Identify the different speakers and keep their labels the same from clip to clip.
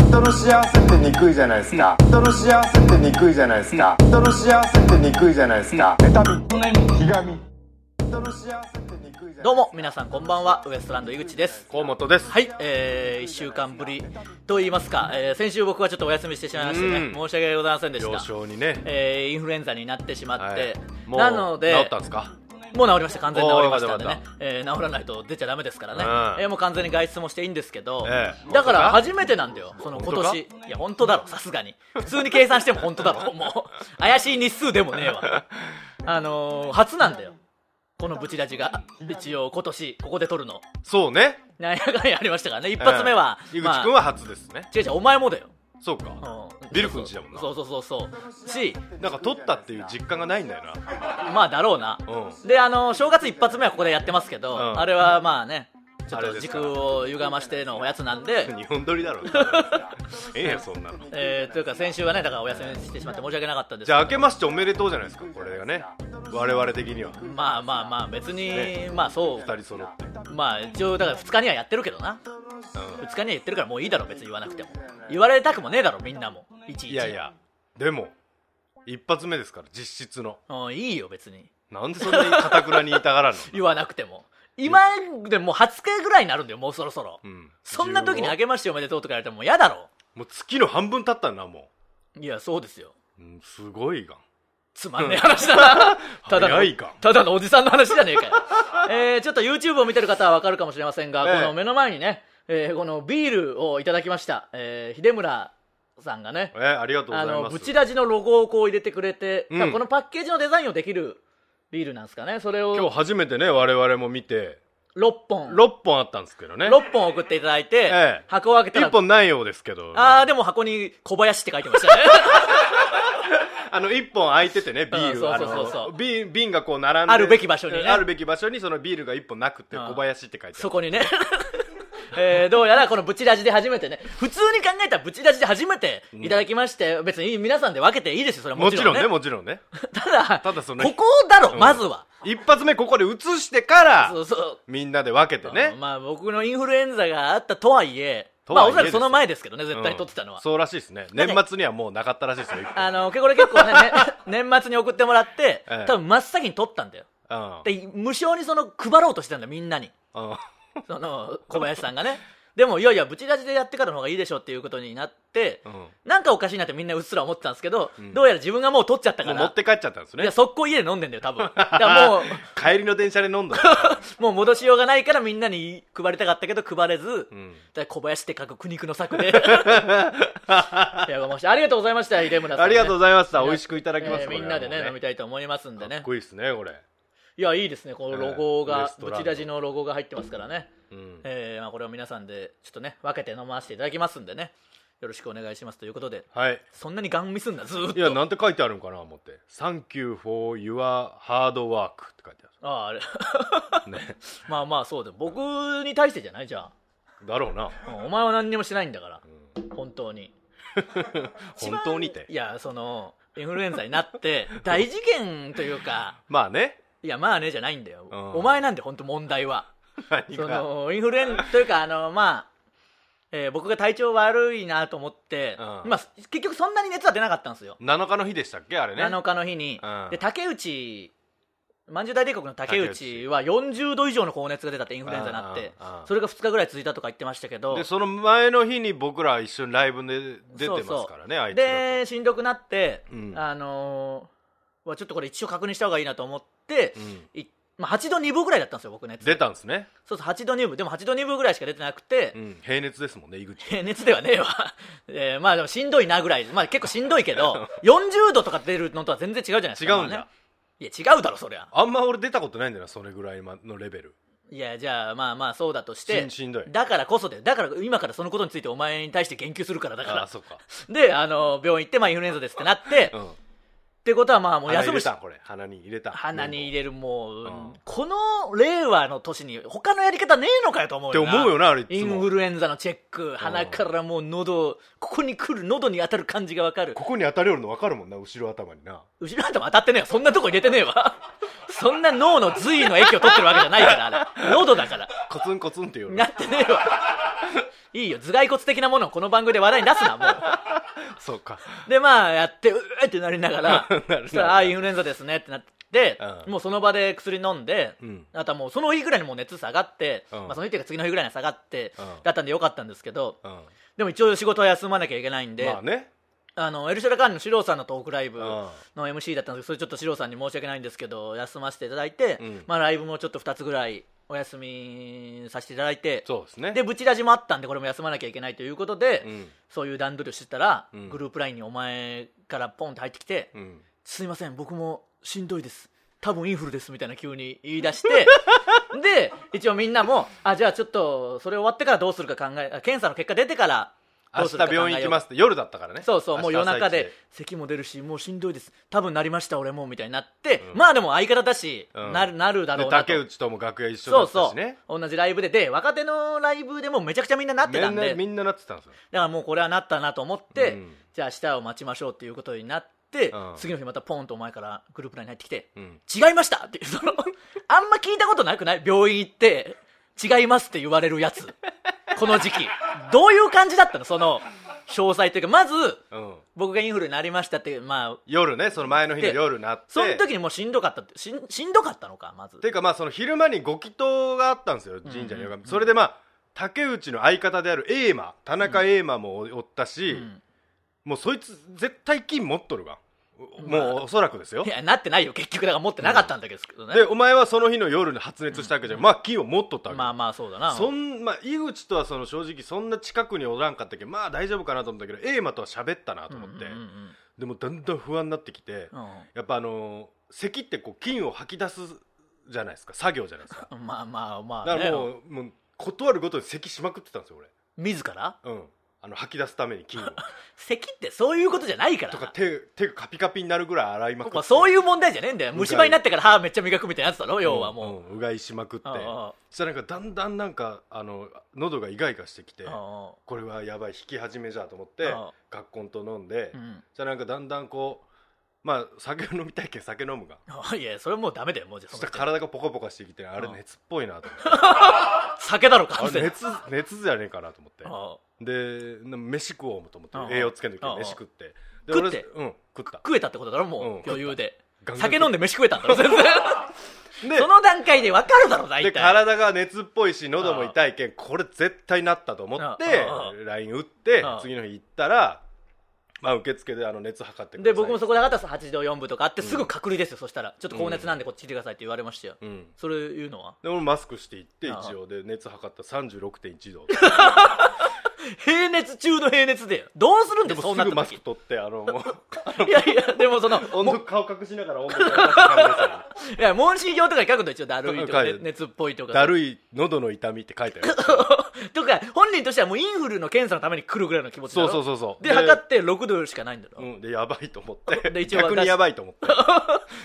Speaker 1: 人の幸せってにくいじゃないですか人の幸せってにくいじゃないですか人の幸せってにくいじゃないですか妬みひがみ人の幸せってにくいじゃないですか
Speaker 2: どうも皆さんこんばんはウエストランド井口です
Speaker 3: 河本です
Speaker 2: はい、えー、1週間ぶりと言いますか、えー先週僕はちょっとお休みしてしまいましてね
Speaker 3: うん
Speaker 2: 申し訳ございませんでし
Speaker 3: 病
Speaker 2: た、
Speaker 3: 床にね、
Speaker 2: えーインフルエンザになってしまっ
Speaker 3: はい
Speaker 2: て、
Speaker 3: もう
Speaker 2: なので
Speaker 3: 治ったんですか
Speaker 2: もう治りました完全に治りましたんで
Speaker 3: おー
Speaker 2: ね
Speaker 3: よか、
Speaker 2: えー治らないと出ちゃダメですからね、
Speaker 3: うん
Speaker 2: えーもう完全に外出もしていいんですけど、
Speaker 3: ええ
Speaker 2: だから
Speaker 3: 本当
Speaker 2: 初めてなんだよその今
Speaker 3: 本当か
Speaker 2: 年いや本当だろさすがに普通に計算しても本当だ ろもう怪しい日数でもねえわあのー初なんだよこのブチラジが一応今年ここで撮るの
Speaker 3: そうね
Speaker 2: なんやかんやありましたからね一発目は、
Speaker 3: ええ井
Speaker 2: ま
Speaker 3: 口
Speaker 2: あ
Speaker 3: 君は初ですね、
Speaker 2: 違う違うお前もだよ、
Speaker 3: そうか、
Speaker 2: うん、
Speaker 3: ビル君ちだもんな
Speaker 2: そうそうそうそうし
Speaker 3: なんか取ったっていう実感がないんだよな
Speaker 2: まあだろうな
Speaker 3: うん
Speaker 2: であの正月一発目はここでやってますけど、
Speaker 3: うん
Speaker 2: あれはまあねちょっ
Speaker 3: あれ
Speaker 2: と
Speaker 3: です
Speaker 2: 時
Speaker 3: か
Speaker 2: 空を歪ましてのおやつなんで
Speaker 3: 日本撮りだろええやそんなの
Speaker 2: えー、というか先週はねだからお休みしてしまって申し訳なかったんです
Speaker 3: じゃあ明けましておめでとうじゃないですかこれがね我々的には
Speaker 2: まあまあまあ別に、
Speaker 3: ね
Speaker 2: まあそ
Speaker 3: 二
Speaker 2: う
Speaker 3: 人揃って、うん、
Speaker 2: まあ一応だから2日にはやってるけどな2日には言ってるからもういいだろ別に言わなくても言われたくもねえだろみんなもいちいち
Speaker 3: いやいやでも一発目ですから実質の
Speaker 2: うんいいよ別に
Speaker 3: なんでそんなにかたくなに言いたがらん の
Speaker 2: 言わなくても今でもう20日ぐらいになるんだよもうそろそろ、
Speaker 3: うん
Speaker 2: そんな時に「あ
Speaker 3: 15
Speaker 2: げましておめでとう」とか言われてももう嫌だろ
Speaker 3: もう月の半分経ったんだなも
Speaker 2: いやそうですよ
Speaker 3: う、うん、すごいがん
Speaker 2: つまんねえ話だなただの
Speaker 3: 早いか
Speaker 2: ただのおじさんの話じゃねえか よ、えーちょっと YouTube を見てる方はわかるかもしれませんが、
Speaker 3: ええ
Speaker 2: この目の前にね、えーこのビールをいただきました、えー秀村さんがね
Speaker 3: えありがとうござ
Speaker 2: あ
Speaker 3: います
Speaker 2: のブチラジのロゴをこう入れてくれて、
Speaker 3: うん
Speaker 2: 多分このパッケージのデザインをできるビールなんですかねそれ
Speaker 3: 今
Speaker 2: を
Speaker 3: 日初めてね我々も見て
Speaker 2: 6本
Speaker 3: 6本あったんですけどね
Speaker 2: 6本送っていただいて、
Speaker 3: ええ
Speaker 2: 箱を開けたら
Speaker 3: 1本ないようですけど
Speaker 2: ああでも箱に小林って書いてましたね
Speaker 3: あの1本空いててねビー
Speaker 2: う
Speaker 3: ル
Speaker 2: ん
Speaker 3: あ
Speaker 2: そうそうそうそう
Speaker 3: の瓶瓶がこう並んで
Speaker 2: あるべき場所にね
Speaker 3: あるべき場所にそのビールが1本なくて
Speaker 2: うん
Speaker 3: 小林って書いてあ
Speaker 2: そ
Speaker 3: る
Speaker 2: こにね えーどうやらこのブチラジで初めてね普通に考えたらブチラジで初めていただきまして、別に皆さんで分けていいですよそれはも
Speaker 3: も
Speaker 2: ち
Speaker 3: ち
Speaker 2: ろん
Speaker 3: ろん
Speaker 2: ね
Speaker 3: ねもちろんね
Speaker 2: ただ
Speaker 3: ただその
Speaker 2: ここだろ、
Speaker 3: うん
Speaker 2: まずは
Speaker 3: 一発目ここで移してから
Speaker 2: そうそう
Speaker 3: みんなで分けてね
Speaker 2: まあ僕のインフルエンザがあったとはいえ
Speaker 3: と
Speaker 2: まあ
Speaker 3: は
Speaker 2: お
Speaker 3: いえ
Speaker 2: そらくその前ですけどね絶対撮ってたのは、
Speaker 3: うんそうらしいですね年末にはもうなかったらしいですよ一本
Speaker 2: あのこれ結構ねね 年末に送ってもらって、
Speaker 3: ええ
Speaker 2: 多分真っ先に撮ったんだよ
Speaker 3: うん
Speaker 2: で無償にその配ろうとしてたんだよみんなに
Speaker 3: うん
Speaker 2: その小林さんがねでもいやいやブチラジでやってからの方がいいでしょっていうことになって、
Speaker 3: うん
Speaker 2: なんかおかしいなってみんなうっすら思ってたんですけど、
Speaker 3: ん
Speaker 2: どうやら自分がもう取っちゃったか
Speaker 3: もう
Speaker 2: ら
Speaker 3: 持って帰っちゃったんです
Speaker 2: いや
Speaker 3: ね
Speaker 2: 速攻家で飲んでんだよ 多分だからもう
Speaker 3: 帰りの電車で飲んだ
Speaker 2: もう戻しようがないからみんなに配りたかったけど配れず、
Speaker 3: うん
Speaker 2: だから小林って書く苦肉の策 でいやごめんなさいありがとうございました秀村さんね、
Speaker 3: ありがとうご
Speaker 2: い
Speaker 3: ざいました美味しくいただきます
Speaker 2: えーみんなでね飲み
Speaker 3: た
Speaker 2: た
Speaker 3: い
Speaker 2: いと思いますんで
Speaker 3: かっ
Speaker 2: ね
Speaker 3: こいいですねこれ
Speaker 2: いやいいですねこのロゴ
Speaker 3: えーウ
Speaker 2: が
Speaker 3: エス、トラ
Speaker 2: ブ
Speaker 3: ンド
Speaker 2: チラジのロゴが入ってますからね、
Speaker 3: うん
Speaker 2: えーまあ、これを皆さんでちょっとね分けて飲ませていただきますんでねよろしくお願いしますということで
Speaker 3: はい
Speaker 2: そんなにガン見すんだずーっと
Speaker 3: いやなんて書いてあるんかな思って「Thank you for your hard work」って書いて
Speaker 2: あああれ
Speaker 3: ある、ね、
Speaker 2: まあまあそうで僕に対してじゃないじゃあ
Speaker 3: だろうな
Speaker 2: うんお前は何にもしてないんだから、本当に
Speaker 3: 本当に
Speaker 2: い
Speaker 3: て
Speaker 2: やそのインフルエンザになって 大事件というか
Speaker 3: まあね
Speaker 2: いやまあねじゃないんだよ、
Speaker 3: うん
Speaker 2: お前なんで本当問題は
Speaker 3: 何
Speaker 2: そ
Speaker 3: が
Speaker 2: のインフルエンザというかあのまあ、えー僕が体調悪いなと思って、
Speaker 3: うん
Speaker 2: まあ、結局そんなに熱は出なかったんですよ、
Speaker 3: 7日の日でしたっけあれね
Speaker 2: 7日の日に、
Speaker 3: うん
Speaker 2: で竹内まんじゅう大帝国の竹内は40度以上の高熱が出たってインフルエンザになって
Speaker 3: うんうんうん
Speaker 2: それが2日ぐらい続いたとか言ってましたけど
Speaker 3: でその前の日に僕ら一緒にライブで出てますからね
Speaker 2: そうそう
Speaker 3: あいつらと
Speaker 2: でしんどくなって、
Speaker 3: うん
Speaker 2: あのーはちょっとこれ一応確認した方がいいなと思って、
Speaker 3: うん
Speaker 2: いまあ、8度2分ぐらいだったんですよ僕熱
Speaker 3: 出たんですね、
Speaker 2: そうそう8度2分でも8度2分ぐらいしか出てなくて
Speaker 3: う、ん、平熱ですもんね井口
Speaker 2: 熱ではねえわ、 えーまあでもしんどいなぐらい、まあ、結構しんどいけど40度とか出るのとは全然違うじゃないです
Speaker 3: 違
Speaker 2: か
Speaker 3: うん
Speaker 2: まあ
Speaker 3: だ
Speaker 2: ね、いや違うだろそりゃ
Speaker 3: あんま俺出たことないんだよなそれぐらいのレベル
Speaker 2: いやじゃあまあまあそうだとして
Speaker 3: しんしんどい
Speaker 2: だからこそでだから今からそのことについてお前に対して言及するからだか
Speaker 3: ああ
Speaker 2: ら
Speaker 3: そっか
Speaker 2: であの病院行って、まあ、インフルエンザですってなって、
Speaker 3: う
Speaker 2: っ
Speaker 3: ん
Speaker 2: てことはまあもう休
Speaker 3: 鼻入
Speaker 2: む
Speaker 3: れ
Speaker 2: した
Speaker 3: これ鼻に入れた
Speaker 2: 鼻に入
Speaker 3: れ
Speaker 2: れるもう、
Speaker 3: ん
Speaker 2: この令和の年に他のやり方ねえのかよと思うよな
Speaker 3: って思うよなあれいつも
Speaker 2: インフルエンザのチェック鼻からもう喉ここに来る喉に当たる感じがわかる
Speaker 3: ここに当たりおるの分かるもんな後ろ頭にな
Speaker 2: 後ろ頭当たってねえわそんなとこ入れてねえわ そんな脳の髄の液を取ってるわけじゃないからあれ喉だから
Speaker 3: コツンコツンっていうの
Speaker 2: なってねえわいいよ頭蓋骨的なものをこの番組で話題に出すなもう
Speaker 3: そうか
Speaker 2: でまあやってうーってなりながら
Speaker 3: なるなる
Speaker 2: そしたらああインフルエンザですねってなって、
Speaker 3: うん
Speaker 2: もうその場で薬飲んで、
Speaker 3: うん
Speaker 2: あとはもうその日ぐらいにもう熱下がって、
Speaker 3: うん
Speaker 2: まあ、その日というか次の日ぐらいには下がって、
Speaker 3: うん
Speaker 2: だったんでよかったんですけど
Speaker 3: うん
Speaker 2: でも一応仕事は休まなきゃいけないんで、
Speaker 3: まあね
Speaker 2: あのエルシャラカーニのシローさんのトークライブ
Speaker 3: うん
Speaker 2: の MC だったんですけどそれちょっとシローさんに申し訳ないんですけど休ませていただいて、
Speaker 3: うん
Speaker 2: まあ、ライブもちょっと2つぐらいお休みさせていただいて
Speaker 3: そうですね
Speaker 2: でブチラジもあったんでこれも休まなきゃいけないということで、
Speaker 3: うん
Speaker 2: そういう段取りをしてたら、
Speaker 3: うん
Speaker 2: グループラインにお前からポンって入ってきて、
Speaker 3: うん
Speaker 2: すいません僕もしんどいです多分インフルですみたいな急に言い出して で一応みんなもあじゃあちょっとそれ終わってからどうするか考えあ検査の結果出てからど
Speaker 3: 明
Speaker 2: うす
Speaker 3: 日
Speaker 2: るか考えよう
Speaker 3: 病院行きますって夜だったからね
Speaker 2: そうそうもう夜中
Speaker 3: 明日
Speaker 2: で
Speaker 3: 朝
Speaker 2: 咳も出るしもうしんどいです多分なりました俺もみたいになって、
Speaker 3: うん
Speaker 2: まあでも相方だし、
Speaker 3: うん
Speaker 2: なるなるだ
Speaker 3: 一で
Speaker 2: ろ
Speaker 3: で
Speaker 2: うなと
Speaker 3: 竹内とも楽屋一緒だ
Speaker 2: そう
Speaker 3: った
Speaker 2: そ
Speaker 3: しね
Speaker 2: う同じライブでで若手のライブでもうめちゃくちゃみんななってたん
Speaker 3: みんな
Speaker 2: で
Speaker 3: みんななってたんですよ
Speaker 2: だからもうこれはなったなと思って、
Speaker 3: うん
Speaker 2: じゃあ明日を待ちましょうっていうことになって、
Speaker 3: うん
Speaker 2: 次の日またポンとお前からグループ内に入ってきて、
Speaker 3: うん
Speaker 2: 違いましたっていうその あんま聞いたことなくない病院行って違いますって言われるやつこの時期どういう感じだったのその詳細というかまず
Speaker 3: うん
Speaker 2: 僕がインフルになりましたってまあ
Speaker 3: 夜ねその前の日の
Speaker 2: で
Speaker 3: 夜なって
Speaker 2: その時にもうしんどかったってしんしんどかったのかまず
Speaker 3: ていうかまあその昼間にご祈祷があったんですよ神社に、それでまあ竹内の相方であるエーマ田中エーマもおったし、
Speaker 2: うん
Speaker 3: もうそいつ絶対金持っとるが
Speaker 2: まあ
Speaker 3: もうおそらくですよ
Speaker 2: いやなってないよ結局だから持ってなかったんだけどね
Speaker 3: で、お前はその日の夜に発熱したわけじゃん、まあ金を持っとったわけ、
Speaker 2: まあまあそうだな
Speaker 3: そんまあ、井口とはその正直そんな近くにおらんかったけどまあ大丈夫かなと思ったけどエーマとは喋ったなと思って、
Speaker 2: うんうん
Speaker 3: でもだんだん不安になってきて、
Speaker 2: うん
Speaker 3: やっぱあのー咳ってこう菌を吐き出すじゃないですか作業じゃないですか
Speaker 2: うんまあまあ まあ、
Speaker 3: だ
Speaker 2: ね、
Speaker 3: からもう,、もう断るごとに咳しまくってたんですよ
Speaker 2: 自ら
Speaker 3: 俺、うん、あの吐き出すために菌を
Speaker 2: 咳ってそういうことじゃないから
Speaker 3: とか手手がカピカピになるぐらい洗いまくって
Speaker 2: まあ、そういう問題じゃねえんだよ虫歯になってから歯めっちゃ磨くみたいなやつだろ要はもう、
Speaker 3: うん、うんうがいしまくって
Speaker 2: ああああ
Speaker 3: そしたらなんかだんだんなんかあの喉がイガイガしてきて
Speaker 2: あ
Speaker 3: これはやばい引き始めじゃと思って
Speaker 2: ああ
Speaker 3: 学校と飲んで、
Speaker 2: あうん
Speaker 3: じゃなんかだんだんこうまあ酒飲みたいけん酒飲むが
Speaker 2: あいやそれもうダメだよもうじゃあ
Speaker 3: そ
Speaker 2: そ
Speaker 3: し
Speaker 2: の
Speaker 3: た
Speaker 2: 時
Speaker 3: ら体がポカポカしてきてあれ
Speaker 2: ああ
Speaker 3: 熱っぽいなと思って
Speaker 2: 酒だろ
Speaker 3: あ
Speaker 2: 完
Speaker 3: れ
Speaker 2: 全に
Speaker 3: 熱熱じゃねえかなと思って
Speaker 2: ああ
Speaker 3: でな飯食おうと思
Speaker 2: あ
Speaker 3: っ
Speaker 2: あ
Speaker 3: て栄養つけん時
Speaker 2: ああ
Speaker 3: 飯食ってで
Speaker 2: 食って
Speaker 3: 俺うん食った
Speaker 2: 食えたってことだろもう、
Speaker 3: うん
Speaker 2: 余裕で
Speaker 3: ガンガン食
Speaker 2: 酒
Speaker 3: う
Speaker 2: 飲んで飯食え たんだろ全然
Speaker 3: で
Speaker 2: その段階で分かるだろ大
Speaker 3: で
Speaker 2: 体
Speaker 3: 体が熱っぽいし喉も痛いけんこれ絶対なったと思って
Speaker 2: ああ
Speaker 3: LINE 打って
Speaker 2: ああ
Speaker 3: 次の日行ったらまあ受付であの熱測ってください
Speaker 2: で僕もそこで測ったら8度4分とかあってすぐ隔離ですよ、そしたらちょっと高熱なんでこっち来てくださいって言われましたよ、
Speaker 3: うん
Speaker 2: それいうのは
Speaker 3: で俺マスクして行って
Speaker 2: ああ
Speaker 3: 一応で熱測ったら36.1度
Speaker 2: 平熱中の平熱でどうするん
Speaker 3: で
Speaker 2: ですそう
Speaker 3: もす
Speaker 2: なっ
Speaker 3: ぐ
Speaker 2: た
Speaker 3: マスク
Speaker 2: 時
Speaker 3: 取ってあのもう
Speaker 2: いやいやでもその
Speaker 3: 温
Speaker 2: も
Speaker 3: 度顔隠しながら温度測ってたんで
Speaker 2: いや問診票とかに書くの一応だるいとか、ね
Speaker 3: 書いて
Speaker 2: 熱っぽいと
Speaker 3: すよ
Speaker 2: か
Speaker 3: だるい喉の痛みって書いてある
Speaker 2: とか本人としてはもうインフルの検査のために来るぐらいの気持ちだ
Speaker 3: そ
Speaker 2: ろ
Speaker 3: うそうそうそう
Speaker 2: で測って6度しかないんだろ、
Speaker 3: うん、でやばいと思って
Speaker 2: で一応 出
Speaker 3: 逆に
Speaker 2: し
Speaker 3: やばいと思っ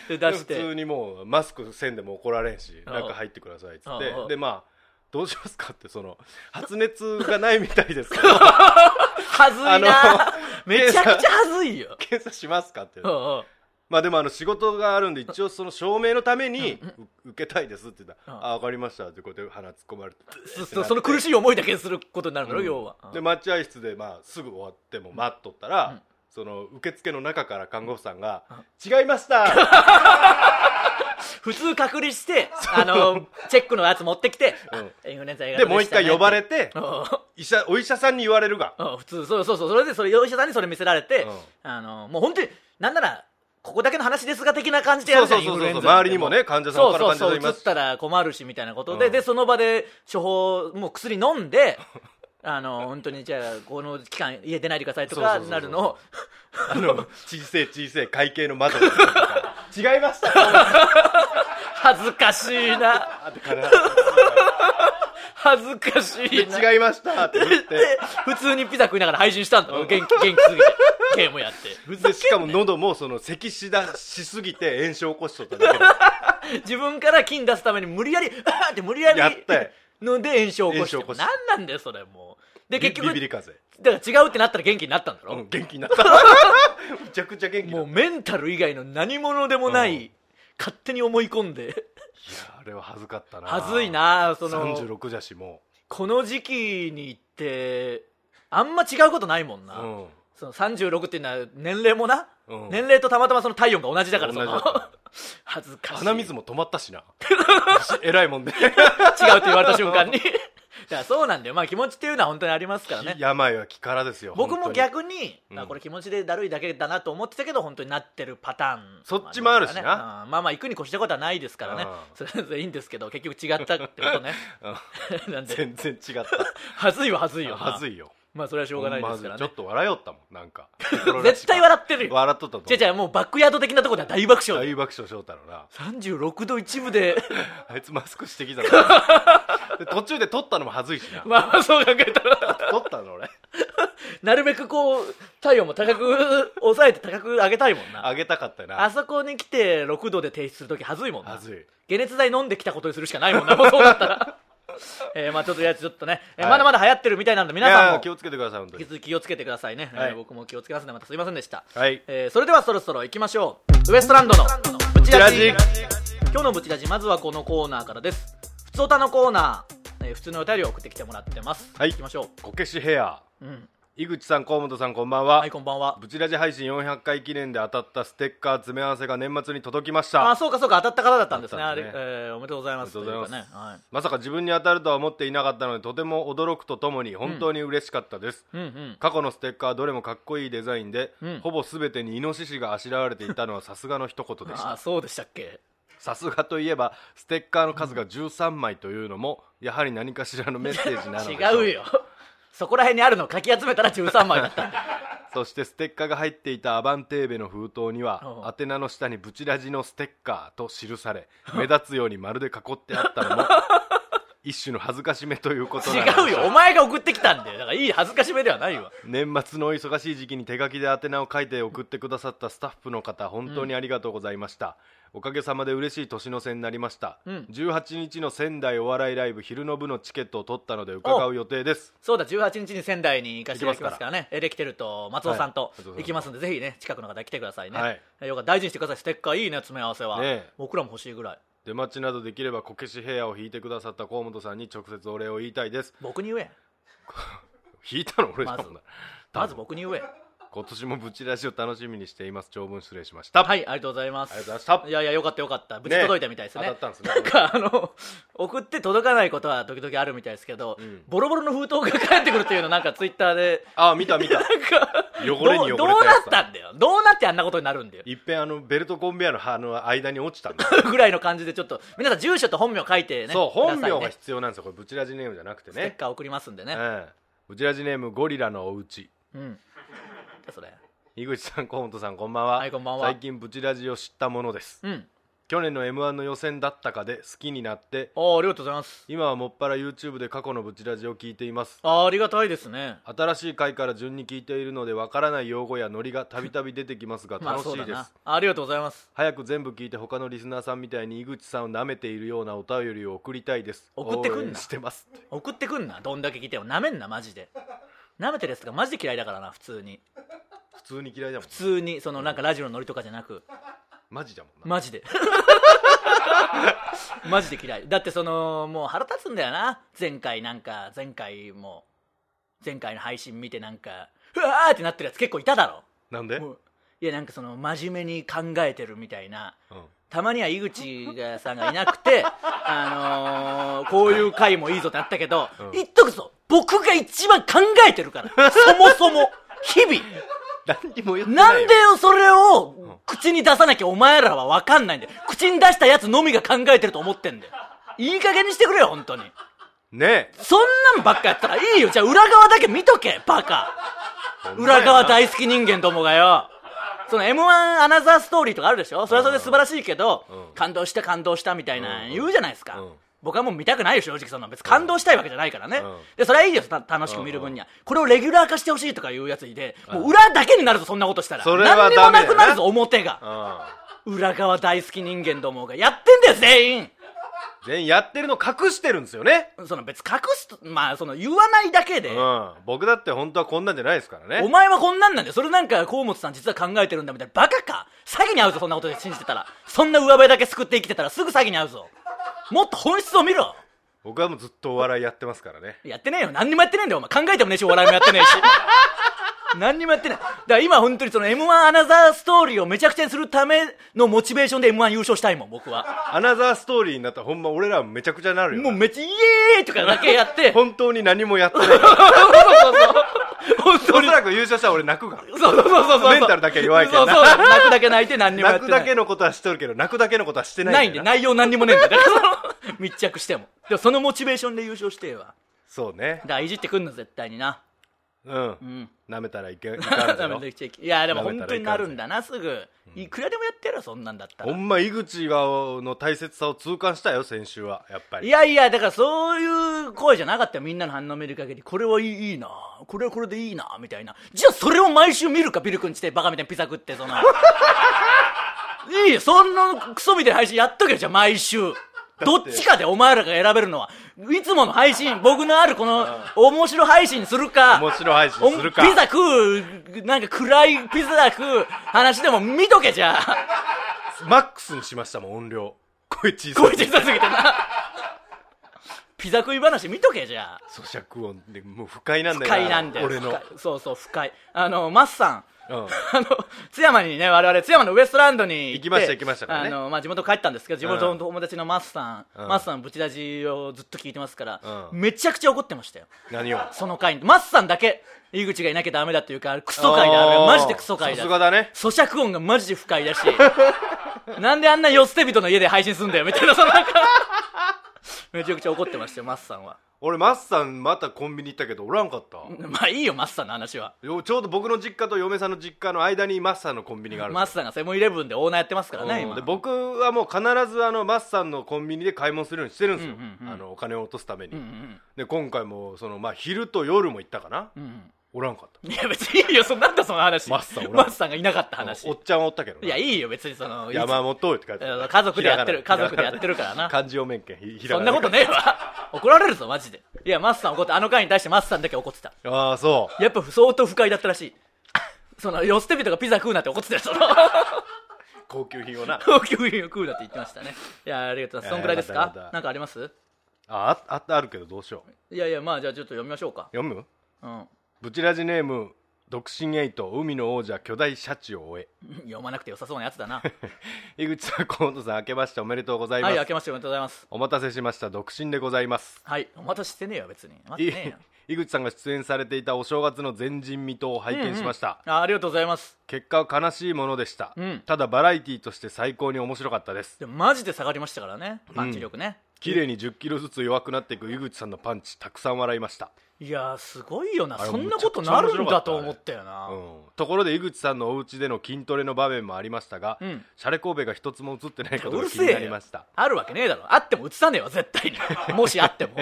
Speaker 3: て
Speaker 2: で出し
Speaker 3: で普通
Speaker 2: て
Speaker 3: にもうマスクせんでも怒られんし
Speaker 2: うん
Speaker 3: 中入ってくださいっつっ
Speaker 2: うん
Speaker 3: てでまあどうしますかってその発熱がないみたいですけど
Speaker 2: はずいな
Speaker 3: あの
Speaker 2: めちゃくちゃはずいよ
Speaker 3: 検査しますかって
Speaker 2: うんうん
Speaker 3: まあでもあの仕事があるんで一応その証明のためにう受けたいですって言ったら
Speaker 2: う
Speaker 3: 「
Speaker 2: ん
Speaker 3: あ分かりました」ってこうやって鼻突っ込まれて
Speaker 2: そそその苦しい思いだけすることになるのよ、要は、
Speaker 3: で待合室でまあすぐ終わっても待っとったら、その受付の中から看護婦さんが「違いました!
Speaker 2: 普通隔離してあのチェックのやつ持ってきて、
Speaker 3: うん
Speaker 2: インフルエンザ映」画
Speaker 3: でもう一回呼ばれて
Speaker 2: うん
Speaker 3: 医者お医者さんに言われ るが
Speaker 2: うん普通そうそうそうそれでそれお医者さんにそれ見せられて、
Speaker 3: うん
Speaker 2: あのもう本当になんならここだけの話ですが的な感じでや
Speaker 3: そう
Speaker 2: るじゃ
Speaker 3: そ
Speaker 2: ん
Speaker 3: うそう
Speaker 2: イ
Speaker 3: そ
Speaker 2: ンフルエンザ
Speaker 3: う
Speaker 2: って
Speaker 3: 周りにもね患者さん
Speaker 2: そ
Speaker 3: 他
Speaker 2: う
Speaker 3: の
Speaker 2: そうそ
Speaker 3: 患者さ
Speaker 2: うん
Speaker 3: い
Speaker 2: 移
Speaker 3: ま
Speaker 2: っ
Speaker 3: す
Speaker 2: たら困るしみたいなことで、
Speaker 3: うん
Speaker 2: でその場で処方もう薬飲んで あの本当にじゃあこの期間家出ないでくださいと
Speaker 3: そうそう
Speaker 2: か
Speaker 3: そうそう
Speaker 2: なるのを
Speaker 3: あの 小せえ小せえ会計の窓が 違いました
Speaker 2: 恥ずかしいな
Speaker 3: あってから
Speaker 2: 恥ずかしいな
Speaker 3: で違いましたって言 って
Speaker 2: で普通にピザ食いながら配信したんだろ、
Speaker 3: うん
Speaker 2: 元気元気すぎてゲームや ってふざ
Speaker 3: で
Speaker 2: け
Speaker 3: しかも喉もその咳しだしすぎて炎症起こしとっただけで
Speaker 2: 自分から金出すために無理やり あーって無理やり
Speaker 3: やったよ
Speaker 2: ので炎症を起こして
Speaker 3: 炎症を起こして
Speaker 2: 何なんだよそれもう で結
Speaker 3: ビビ
Speaker 2: 局
Speaker 3: リ風
Speaker 2: だから違うってなったら元気になったん だろ、
Speaker 3: 邪うん元気になったむちゃくちゃ元気にな
Speaker 2: も
Speaker 3: っ
Speaker 2: う
Speaker 3: た
Speaker 2: メンタル以外の何者でもない、
Speaker 3: うん
Speaker 2: 勝手に思い込んで
Speaker 3: いやあれは恥ずかったな
Speaker 2: はずいなその
Speaker 3: 36じゃしもう
Speaker 2: この時期に行ってあんま違うことないもんな、
Speaker 3: うん
Speaker 2: その36っていうのは年齢もな、
Speaker 3: うん
Speaker 2: 年齢とたまたまその体温が同じだからそ
Speaker 3: 同じ
Speaker 2: の
Speaker 3: だか
Speaker 2: 恥ずかしい
Speaker 3: 鼻水も止まった しな偉いもんで
Speaker 2: 違うって言われた瞬間に だからそうなんだよまあ気持ちっていうのは本当にありますからね
Speaker 3: 病は気からですよ
Speaker 2: 僕も
Speaker 3: 本当に
Speaker 2: 逆に、
Speaker 3: うん
Speaker 2: あこれ気持ちでだるいだけだなと思ってたけど本当になってるパターン
Speaker 3: そっちもあるしな
Speaker 2: りますからねうんまあまあ行くに越したことはないですからね
Speaker 3: うん
Speaker 2: それはそれでいいんですけど結局違ったってこと ねなんで
Speaker 3: 全然違った
Speaker 2: 恥ずいは恥ずいよな
Speaker 3: はずいよ
Speaker 2: まあそれはしょうがないですから
Speaker 3: ほんまずい
Speaker 2: ね
Speaker 3: ちょっと笑いよったもんなんか
Speaker 2: 絶対笑ってるよ
Speaker 3: 笑っとったと思
Speaker 2: 違う違うもうバックヤード的なところでは大爆笑だよ
Speaker 3: 大爆笑しよった ろな
Speaker 2: 36度一部で
Speaker 3: あいつマスクしてきたなで途中で撮ったのも恥ずいしな
Speaker 2: まあまあそう考えたら
Speaker 3: 撮ったの俺
Speaker 2: なるべくこう体温も高く抑えて高く上げたいもんな
Speaker 3: あげたかったよ
Speaker 2: あ
Speaker 3: な
Speaker 2: そこに来て6度で提出するときはずいもんな
Speaker 3: 恥ずい
Speaker 2: 解熱剤飲んできたことにするしかないもんなもうそうだったら えーまあちょっとやつちょっとね、えー
Speaker 3: はい
Speaker 2: まだまだ流行ってるみたいなんで皆
Speaker 3: い
Speaker 2: さん
Speaker 3: や
Speaker 2: も
Speaker 3: 気をつけてください本当
Speaker 2: 引き
Speaker 3: に
Speaker 2: 続き気をつけてくださいね、
Speaker 3: はい
Speaker 2: えー僕も気をつけますのでまたすいませんでした、
Speaker 3: はい
Speaker 2: えーそれではそろそろ行きましょうウエストランドのブチラ
Speaker 3: ラ
Speaker 2: ジ
Speaker 3: ジ
Speaker 2: 今日のブチラジまずはこのコーナーからです普通歌のコーナー、えー普通のお便りを送ってきてもらってます
Speaker 3: はい
Speaker 2: 行きましょ
Speaker 3: こけしヘア
Speaker 2: う、うん、
Speaker 3: 井口さん河本さんこんばんは、
Speaker 2: はいこんばんは
Speaker 3: ブチラジ配信400回記念で当たったステッカー詰め合わせが年末に届きまし
Speaker 2: あ
Speaker 3: た
Speaker 2: そうかそうか当たった方だったんですね
Speaker 3: 当た
Speaker 2: あ
Speaker 3: った
Speaker 2: れ
Speaker 3: んですね
Speaker 2: えーおめでとうございます
Speaker 3: おめでとうございます
Speaker 2: というかねはい
Speaker 3: まさか自分に当たるとは思っていなかったのでとても驚くとともに本当に嬉しかったです、
Speaker 2: うんうん
Speaker 3: 過去のステッカーどれもかっこいいデザインで、
Speaker 2: うん
Speaker 3: ほぼ全てにイノシシがあしらわれていた のはさすがの一言でし
Speaker 2: あ
Speaker 3: た
Speaker 2: ーそうでしたっけ
Speaker 3: さすがといえばステッカーの数が13枚というのもやはり何かしらのメッセージなのでしょ
Speaker 2: 違うよそこら辺にあるのをかき集めたら13枚だったん だ
Speaker 3: そしてステッカーが入っていたアバンテーベの封筒に
Speaker 2: う
Speaker 3: は宛名の下に「ブチラジのステッカー」と記され目立つようにまるで囲ってあったの も一種の恥ずかしめということなのでし
Speaker 2: 違
Speaker 3: ょ
Speaker 2: うよお前が送ってきたんだよだからいい恥ずかしめではないわ
Speaker 3: 年末のお忙しい時期に手書きで宛名を書いて送ってくださったスタッフの方本当にありがとうございました、おかげさまで嬉しい年の瀬になりました、
Speaker 2: うん
Speaker 3: 18日の仙台お笑いライブ昼の部のチケットを取ったので伺う予定です
Speaker 2: そうだ18日に仙台に行かせていただきますからねえできてると松尾さんと
Speaker 3: はい松尾さんと
Speaker 2: 行きますんで、ぜひね近くの方来てくださいね、
Speaker 3: はい
Speaker 2: えよかった大事にしてくださいステッカーいいね詰め合わせは、
Speaker 3: ねえ
Speaker 2: 僕らも欲しいぐらい
Speaker 3: 出待ちなどできればこけしヘアを引いてくださった河本さんに直接お礼を言いたいです
Speaker 2: 僕に言え
Speaker 3: 引いたの俺だもんな、
Speaker 2: まず僕に言え
Speaker 3: 今年もブチラジを楽しみにしています長文失礼しました、
Speaker 2: はいありがとうございます
Speaker 3: ありがとうございました
Speaker 2: いやいやよかったよかった無事届いたみたいですね
Speaker 3: 当たったんです
Speaker 2: な
Speaker 3: ね
Speaker 2: んかあの送って届かないことは時々あるみたいですけど、
Speaker 3: ん
Speaker 2: ボロボロの封筒が返ってくるっていうのなんかツイッターで
Speaker 3: ああ見た見た
Speaker 2: なんか
Speaker 3: 汚れに
Speaker 2: どう
Speaker 3: 汚
Speaker 2: どう
Speaker 3: れた
Speaker 2: な
Speaker 3: や
Speaker 2: っ
Speaker 3: つ
Speaker 2: た
Speaker 3: だ
Speaker 2: んだよどうなってあんなことになるんだよ
Speaker 3: いっぺんあのベルトコンベヤーのあの間に落ちたんだ
Speaker 2: ぐらいの感じでちょっと皆さん住所と本名書いてね
Speaker 3: そう本
Speaker 2: く
Speaker 3: 名
Speaker 2: ださ
Speaker 3: が
Speaker 2: いね
Speaker 3: 必要なんですよこれブチラジネームじゃなくて
Speaker 2: ステッ
Speaker 3: ね
Speaker 2: カー送りますんでね、
Speaker 3: うんブチラジネームゴリラのおうち
Speaker 2: うんそれ
Speaker 3: 井口さん河本さんこんばんは,、
Speaker 2: はいこんばんは
Speaker 3: 最近ブチラジを知ったものです
Speaker 2: うん
Speaker 3: 去年の m 1の予選だったかで好きになって
Speaker 2: ああありがとうございます
Speaker 3: 今はもっぱら YouTube で過去のブチラジを聞いています
Speaker 2: あーありがたいですね
Speaker 3: 新しい回から順に聞いているのでわからない用語やノリがたびたび出てきますが
Speaker 2: まあ
Speaker 3: 楽しい
Speaker 2: そう
Speaker 3: で
Speaker 2: だ
Speaker 3: す、
Speaker 2: なありがとうございます
Speaker 3: 早く全部聞いて他のリスナーさんみたいに井口さんを舐めているようなお便りを送りたいです
Speaker 2: 送ってくんな
Speaker 3: 応援してます
Speaker 2: 送ってくんなどんだけ聞いてもなめんなマジでなめてるやつがマジで嫌いだからな普通に
Speaker 3: 普通に嫌いだもん
Speaker 2: 普通にそのなんかラジオのノリとかじゃなく
Speaker 3: マジだもんな
Speaker 2: マジで マジで嫌いだってそのもう腹立つんだよな前回なんか前回も前回の配信見てなんかうわーってなってるやつ結構いただろ
Speaker 3: なんで、
Speaker 2: もういやなんかその真面目に考えてるみたいな
Speaker 3: うん
Speaker 2: たまには井口がさんがいなく てあのーこういう回もいいぞってなったけど、
Speaker 3: うん
Speaker 2: 言っとくぞ僕が一番考えてるからそもそも日々
Speaker 3: 何にも言っ て
Speaker 2: な
Speaker 3: なんい
Speaker 2: でよそれを口に出さなきゃお前らは分かんないんだよ口に出したやつのみが考えてると思ってんだよいい加減にしてくれよ本当に
Speaker 3: ねえ
Speaker 2: そんなんばっかやったらいいよじゃあ裏側だけ見とけバカ裏側大好き人間どもがよその m 1アナザーストーリーとかあるでしょそれはそれで素晴らしいけど、
Speaker 3: うん
Speaker 2: 感動した感動したみたいな
Speaker 3: うん
Speaker 2: 言うじゃないですか、
Speaker 3: うん
Speaker 2: 僕はもう見たくないよ正直そんなの別に感動したいわけじゃないからね、
Speaker 3: うん
Speaker 2: でそれはいいよた楽しく見る分には、これをレギュラー化してほしいとかいうやついてもう裏だけになるぞそんなことしたら
Speaker 3: それは
Speaker 2: 何にも
Speaker 3: ダメだ
Speaker 2: な
Speaker 3: よ
Speaker 2: く
Speaker 3: な
Speaker 2: なるぞ表が
Speaker 3: う
Speaker 2: 裏側大好き人間どもがやってんだよ全員
Speaker 3: ん全員やってるの隠してるんですよね
Speaker 2: その別に隠すとまあその言わないだけで、
Speaker 3: うん僕だって本当はこんなんじゃないですから
Speaker 2: お
Speaker 3: ね
Speaker 2: 前はこんなんなんだよそれなんか河本さん実は考えてるんだみたいなバカか詐欺に遭うぞそんなことで信じてたらそんな上辺だけ救って生きてたらすぐ詐欺に遭うぞもっと本質を見ろ
Speaker 3: 僕はもうずっとお笑いやってますからね
Speaker 2: やってねえよ何にもやってねえんだよお前考えてもねえしお笑いもやってねえし何にもやってないだから今本当にその m 1アナザーストーリーをめちゃくちゃにするためのモチベーションで m 1優勝したいもん僕は
Speaker 3: アナザーストーリーになったらほんま俺らめちゃくちゃになるよ
Speaker 2: も
Speaker 3: な
Speaker 2: うめっちゃイエーイとかだけやって
Speaker 3: 本当に何もやって ない
Speaker 2: 本
Speaker 3: おそ
Speaker 2: 当に
Speaker 3: らく優勝したら俺泣くから
Speaker 2: そうそうそうそうそう
Speaker 3: メンタルだけは弱いけどな
Speaker 2: そうそう泣くだけ泣いて何にもやっ
Speaker 3: 泣
Speaker 2: て
Speaker 3: く
Speaker 2: ない
Speaker 3: だけのことはしとるけど泣くだけのことはしてない
Speaker 2: ないんで内容何にもねえんだだからその密着してもでもそのモチベーションで優勝してえわ
Speaker 3: そうね
Speaker 2: だからいじってくんの絶対にな
Speaker 3: うん
Speaker 2: うん
Speaker 3: 舐めたらいけいか ん
Speaker 2: ダメ
Speaker 3: ぞ
Speaker 2: だいやでも本当になるんだなすぐいくらでもやってやろそんなんだった
Speaker 3: ほ
Speaker 2: ら
Speaker 3: んま井口がの大切さを痛感したよ先週はやっぱ
Speaker 2: い
Speaker 3: り
Speaker 2: やいやだからそういう声じゃなかったよみんなの反応を見る限りこれはいいいいなこれはこれでいいなみたいなじゃあそれを毎週見るかビル君ちでバカみたいにピザ食って そのいいよそんなクソみたいな配信やっとけよじゃあ毎週どっちかでお前らが選べるのはいつもの配信僕のあるこの面白配信にするか
Speaker 3: 面白配信するか
Speaker 2: おピザ食うなんか暗いピザ食う話でも見とけじゃあ
Speaker 3: マックスにしましたもん音量声小さ
Speaker 2: 声
Speaker 3: い
Speaker 2: 小さすぎてなピザ食い話見とけじゃあ
Speaker 3: 咀嚼音でもう不快なんだ
Speaker 2: 不
Speaker 3: よな
Speaker 2: 快なんだよ
Speaker 3: 俺
Speaker 2: 不
Speaker 3: の
Speaker 2: 快そうそう不快あのマスさん
Speaker 3: うん
Speaker 2: あの津山にね我々津山のウエストランドにって
Speaker 3: 行きました行きましたからね
Speaker 2: あの、まあ、地元帰ったんですけど地元の友達のマスさん、
Speaker 3: うん
Speaker 2: マスさんブチラジをずっと聞いてますから、
Speaker 3: うん
Speaker 2: めちゃくちゃ怒ってましたよ
Speaker 3: 何を
Speaker 2: その回にマスさんだけ井口がいなきゃダメだっていうかクソ回だあれ
Speaker 3: あー
Speaker 2: マジでクソ回だ
Speaker 3: さすがだね
Speaker 2: 咀嚼音がマジで不快だし なんであんな世捨て人の家で配信すんだよみたいなそのなんかめちゃくちゃ怒ってましたよマスさんは
Speaker 3: 俺マッさんまたコンビニ行ったけどおらんかった
Speaker 2: まあいいよマスさんの話は
Speaker 3: よちょうど僕の実家と嫁さんの実家の間にマッさんのコンビニがあるん
Speaker 2: マ
Speaker 3: です
Speaker 2: スさんがセブンイレブンでオーナーやってますから
Speaker 3: よ
Speaker 2: ね
Speaker 3: うん
Speaker 2: 今
Speaker 3: で僕はもう必ずあのマッさんのコンビニで買い物するようにしてるんですよ、
Speaker 2: うんうんうん
Speaker 3: あのお金を落とすために、
Speaker 2: うんうん
Speaker 3: で今回もその、まあ、昼と夜も行ったかな、
Speaker 2: うん
Speaker 3: おらんかった
Speaker 2: うんいや別にいいよそなんだその話
Speaker 3: マスさんおらん
Speaker 2: マスさんがいなかった話
Speaker 3: おっちゃんはおったけどない
Speaker 2: やいいよ別にそのいつ
Speaker 3: 山本って書いてある
Speaker 2: 家族でやってる
Speaker 3: ひら
Speaker 2: 家
Speaker 3: がな
Speaker 2: 族でやってるからな
Speaker 3: 漢字を面剣 ひひら
Speaker 2: そん
Speaker 3: が
Speaker 2: なこと
Speaker 3: ね
Speaker 2: ねえわ怒られるぞマジでいやマスさん怒ってあの回に対してマスさんだけ怒ってた
Speaker 3: ああそ
Speaker 2: やっぱ相当不快だったらしいその寄捨て人がピザ食うなって怒ってたよその
Speaker 3: う高級品 をな
Speaker 2: 高級品を食うなって言ってましたねいやありがとうございますそんくらいです
Speaker 3: いやよか
Speaker 2: か
Speaker 3: ったよかった
Speaker 2: なんかあります
Speaker 3: ああああるけどどうしよう
Speaker 2: いやいやまあじゃあちょっと読みましょうか
Speaker 3: 読む
Speaker 2: うん
Speaker 3: ブチラジネーム独身エイト海の王者巨大シャチを追え
Speaker 2: 読まなくて良さそうなやつ だな
Speaker 3: 井口さん河本さん明けましておめでとうございま
Speaker 2: は
Speaker 3: す、
Speaker 2: い明けましておめでとうございます
Speaker 3: お待たせしました独身でございます
Speaker 2: はいお待たせしてねえよ別に待
Speaker 3: い
Speaker 2: ってねえよ
Speaker 3: 井口さんが出演されていたお正月の前人未到を拝見しました、
Speaker 2: あありがとうございます
Speaker 3: 結果は悲しいものでした、
Speaker 2: うん
Speaker 3: ただバラエティーとして最高に面白かったです
Speaker 2: でもマジで下がりましたからねパンチ力ね、
Speaker 3: 綺麗に1 0キロずつ弱くなっていく井口さんのパンチたくさん笑いました、
Speaker 2: いやーすごいよな
Speaker 3: あれ
Speaker 2: そんなことなるんだと思ったよ
Speaker 3: う
Speaker 2: な、
Speaker 3: ん、ところで井口さんのお家での筋トレの場面もありましたが、
Speaker 2: うん
Speaker 3: シャレ神戸が一つも映ってないこ
Speaker 2: う
Speaker 3: とが
Speaker 2: る
Speaker 3: 気
Speaker 2: せ
Speaker 3: にな
Speaker 2: え
Speaker 3: り
Speaker 2: よ
Speaker 3: ました
Speaker 2: あるわけねえだろあっても映さねえわ絶対に もしあっても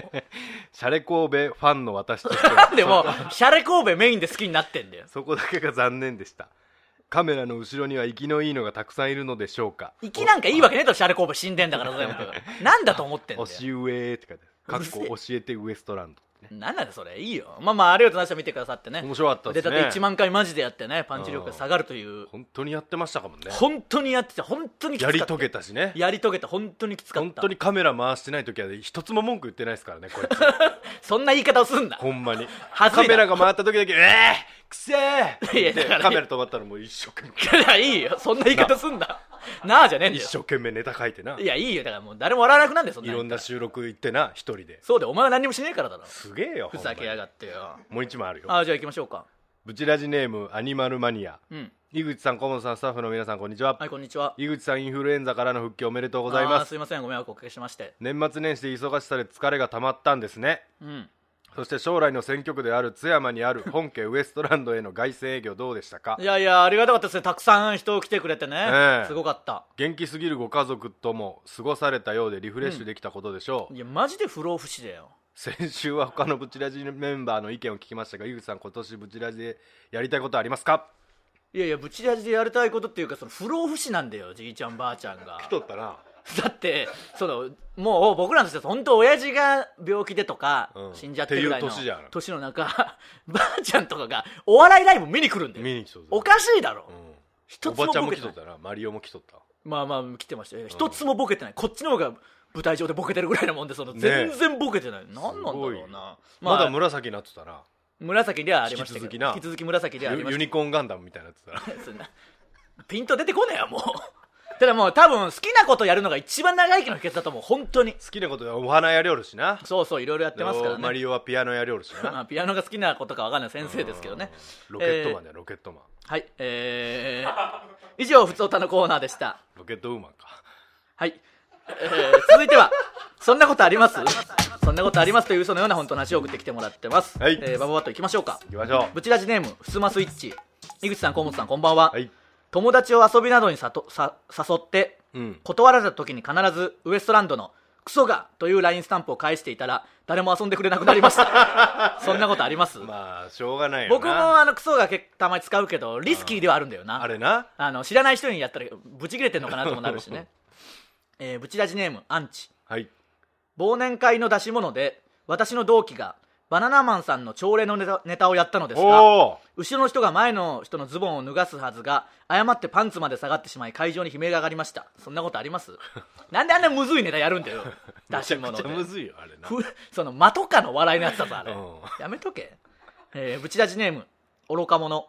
Speaker 3: シャレ神戸ファンの私としては
Speaker 2: なんでもうシャレ神戸メインで好きになってんだよ
Speaker 3: そこだけが残念でしたカメラの後ろには生きのいいのがたくさんいるのでしょうか
Speaker 2: 生きなんかいいわけねえだろシャレ神戸死んでんだから全部なんだと思ってんだ
Speaker 3: 教
Speaker 2: よ
Speaker 3: えって書いてあ
Speaker 2: う
Speaker 3: る
Speaker 2: るせ
Speaker 3: か
Speaker 2: え
Speaker 3: っこ教えてウエストランドってね
Speaker 2: なんなんだそれいいよまあまあありがとうございました見てくださってね
Speaker 3: 面白かったですね
Speaker 2: だって1万回マジでやってねパンチ力が下がるという
Speaker 3: 本当にやってましたかもね
Speaker 2: 本当にやってて本当にきつか
Speaker 3: や
Speaker 2: った
Speaker 3: り遂げたしね
Speaker 2: やり遂げた本当にきつかった
Speaker 3: 本当にカメラ回してない時は一つも文句言ってないですからね こいつ
Speaker 2: そんな言い方をすんな
Speaker 3: ほんまに
Speaker 2: 恥ず
Speaker 3: カ
Speaker 2: いな
Speaker 3: メラが回った時だけ「ええー、くせ
Speaker 2: い
Speaker 3: え!」
Speaker 2: やだから
Speaker 3: でカメラ止まったらもう一生懸命
Speaker 2: いやいいよそんな言い方すんななあじゃねえんだ
Speaker 3: 一
Speaker 2: よ
Speaker 3: 生懸命ネタ書いてない
Speaker 2: やいいよだからもう誰も笑わなくなんだよそん
Speaker 3: い
Speaker 2: な
Speaker 3: ろんな収録行ってな一人で
Speaker 2: そうだよお前は何にもしねえからだろ
Speaker 3: すげえよ
Speaker 2: ふざけ
Speaker 3: ほんま
Speaker 2: や
Speaker 3: に
Speaker 2: がってよ
Speaker 3: もう一枚あるよ
Speaker 2: ああじゃあ行きましょうか
Speaker 3: ブチラジネームアニマルマニア
Speaker 2: うん
Speaker 3: 井口さん、河本さん、スタッフの皆さん、こんにちは。
Speaker 2: はいこんにちは
Speaker 3: 井口さん、インフルエンザからの復帰おめでとうございま
Speaker 2: あー
Speaker 3: す。
Speaker 2: すいませんご迷惑をおかけしまして
Speaker 3: 年末年始で忙しさで疲れが溜まったんですね。
Speaker 2: うん
Speaker 3: そして将来の選挙区である津山にある本家ウエストランドへの凱旋営業どうでしたか
Speaker 2: いやいやありがたかったですねたくさん人来てくれてね、
Speaker 3: ええ
Speaker 2: すごかった
Speaker 3: 元気すぎるご家族とも過ごされたようでリフレッシュできたことでしょう、
Speaker 2: いやマジで不老不死だよ
Speaker 3: 先週は他のブチラジメンバーの意見を聞きましたが井口さん今年ブチラジでやりたいことありますか
Speaker 2: いやいやブチラジでやりたいことっていうかその不老不死なんだよじいちゃんばあちゃんが
Speaker 3: とったな
Speaker 2: だってそのもう僕らの人は本当親父が病気でとか、
Speaker 3: うん
Speaker 2: 死んじゃってるぐらいの
Speaker 3: っていう年じゃん
Speaker 2: の中 ばあちゃんとかがお笑いライブ見に来るんだよ
Speaker 3: 見に来とった
Speaker 2: おかしいだろ、
Speaker 3: うん、
Speaker 2: 一
Speaker 3: お
Speaker 2: つも
Speaker 3: ばちゃん
Speaker 2: ボ
Speaker 3: も
Speaker 2: ケ
Speaker 3: 来
Speaker 2: てな
Speaker 3: とっ
Speaker 2: い
Speaker 3: たなマリオも来とった
Speaker 2: まあまあ来てましたよ一つもボケてないこっちの方が舞台上でボケてるぐらいなもんでその
Speaker 3: ね
Speaker 2: 全然ボケてない、何なんだろうな、
Speaker 3: まだ紫になってたな
Speaker 2: 紫ではありましたけど
Speaker 3: 引き続きな
Speaker 2: 引き続き紫ではあり
Speaker 3: ユ
Speaker 2: ま
Speaker 3: ユ
Speaker 2: し
Speaker 3: ニコーンガンダムみたいになってたな
Speaker 2: たそんな ピンと出てこねえやもう ただもう多分好きなことやるのが一番長生きの秘訣だと思う本当に
Speaker 3: 好きなことはお花やりょるしな
Speaker 2: そうそういろいろやってますからね
Speaker 3: マリオはピアノやりょるし
Speaker 2: ま
Speaker 3: な
Speaker 2: あピアノが好きなことかわかんない先生ですけどね
Speaker 3: ロケットマンだよロケットマン
Speaker 2: はいえー、以上ふつおたのコーナーでした
Speaker 3: ロケットウーマンか
Speaker 2: はい、えー、続いてはそんなことありますそんなことありますという嘘のような本当の話を送ってきてもらってます、
Speaker 3: はい
Speaker 2: えー、バババッといきましょうか
Speaker 3: 行きましょう
Speaker 2: ブチラジネームふすまスイッチ井口さん河本さんこんばんは、
Speaker 3: はい
Speaker 2: 友達を遊びなどにさとさ誘って
Speaker 3: うん
Speaker 2: 断られた時に必ずウエストランドの「クソが」という LINE スタンプを返していたら誰も遊んでくれなくなりました そんなことあります、
Speaker 3: まあしょうがないよな
Speaker 2: 僕もあのクソが結構たまに使うけどリスキーではあるんだよな
Speaker 3: あれな
Speaker 2: あの知らない人にやったらブチ切れてんのかなともなるし ね、えー、ブチラジネームアンチ
Speaker 3: はい
Speaker 2: 忘年会の出し物で私の同期がバナナマンさんの朝礼のネタネタをやったのですが
Speaker 3: おお
Speaker 2: 後ろの人が前の人のズボンを脱がすはずが誤ってパンツまで下がってしまい会場に悲鳴が上がりましたそんなことありますなんであんなむずいネタやるんだよ出
Speaker 3: めち
Speaker 2: し
Speaker 3: ゃ
Speaker 2: 物
Speaker 3: くち
Speaker 2: で
Speaker 3: ゃむずいよあれな
Speaker 2: ふ その間とかの笑いのやつだぞあれ、
Speaker 3: うん
Speaker 2: やめとけ、えー、ブチラジネーム愚か者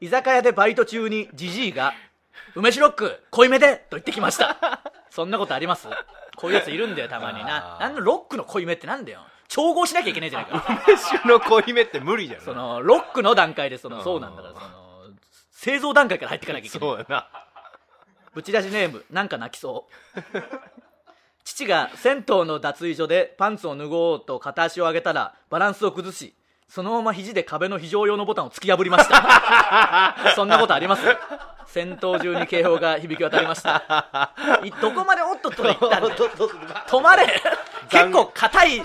Speaker 2: 居酒屋でバイト中にジジイが「梅シロック濃いめで!」と言ってきましたそんなことありますこういうやついるんだよたまにな
Speaker 3: あー
Speaker 2: なんのロックの濃いめってなんだよ調合しなきゃいけないじゃないか
Speaker 3: 飯の濃いめって無理じゃん
Speaker 2: そのロックの段階でそのそうなんだからその製造段階から入っていかなきゃいけない
Speaker 3: そうや な
Speaker 2: ぶち出しネームなんか泣きそう 父が銭湯の脱衣所でパンツを脱ごうと片足を上げたらバランスを崩しそのまま肘で壁の非常用のボタンを突き破りました そんなことあります戦闘中に警報が響き渡りましたいどこまでおっとっとで行ったんだよ止まれ結構硬い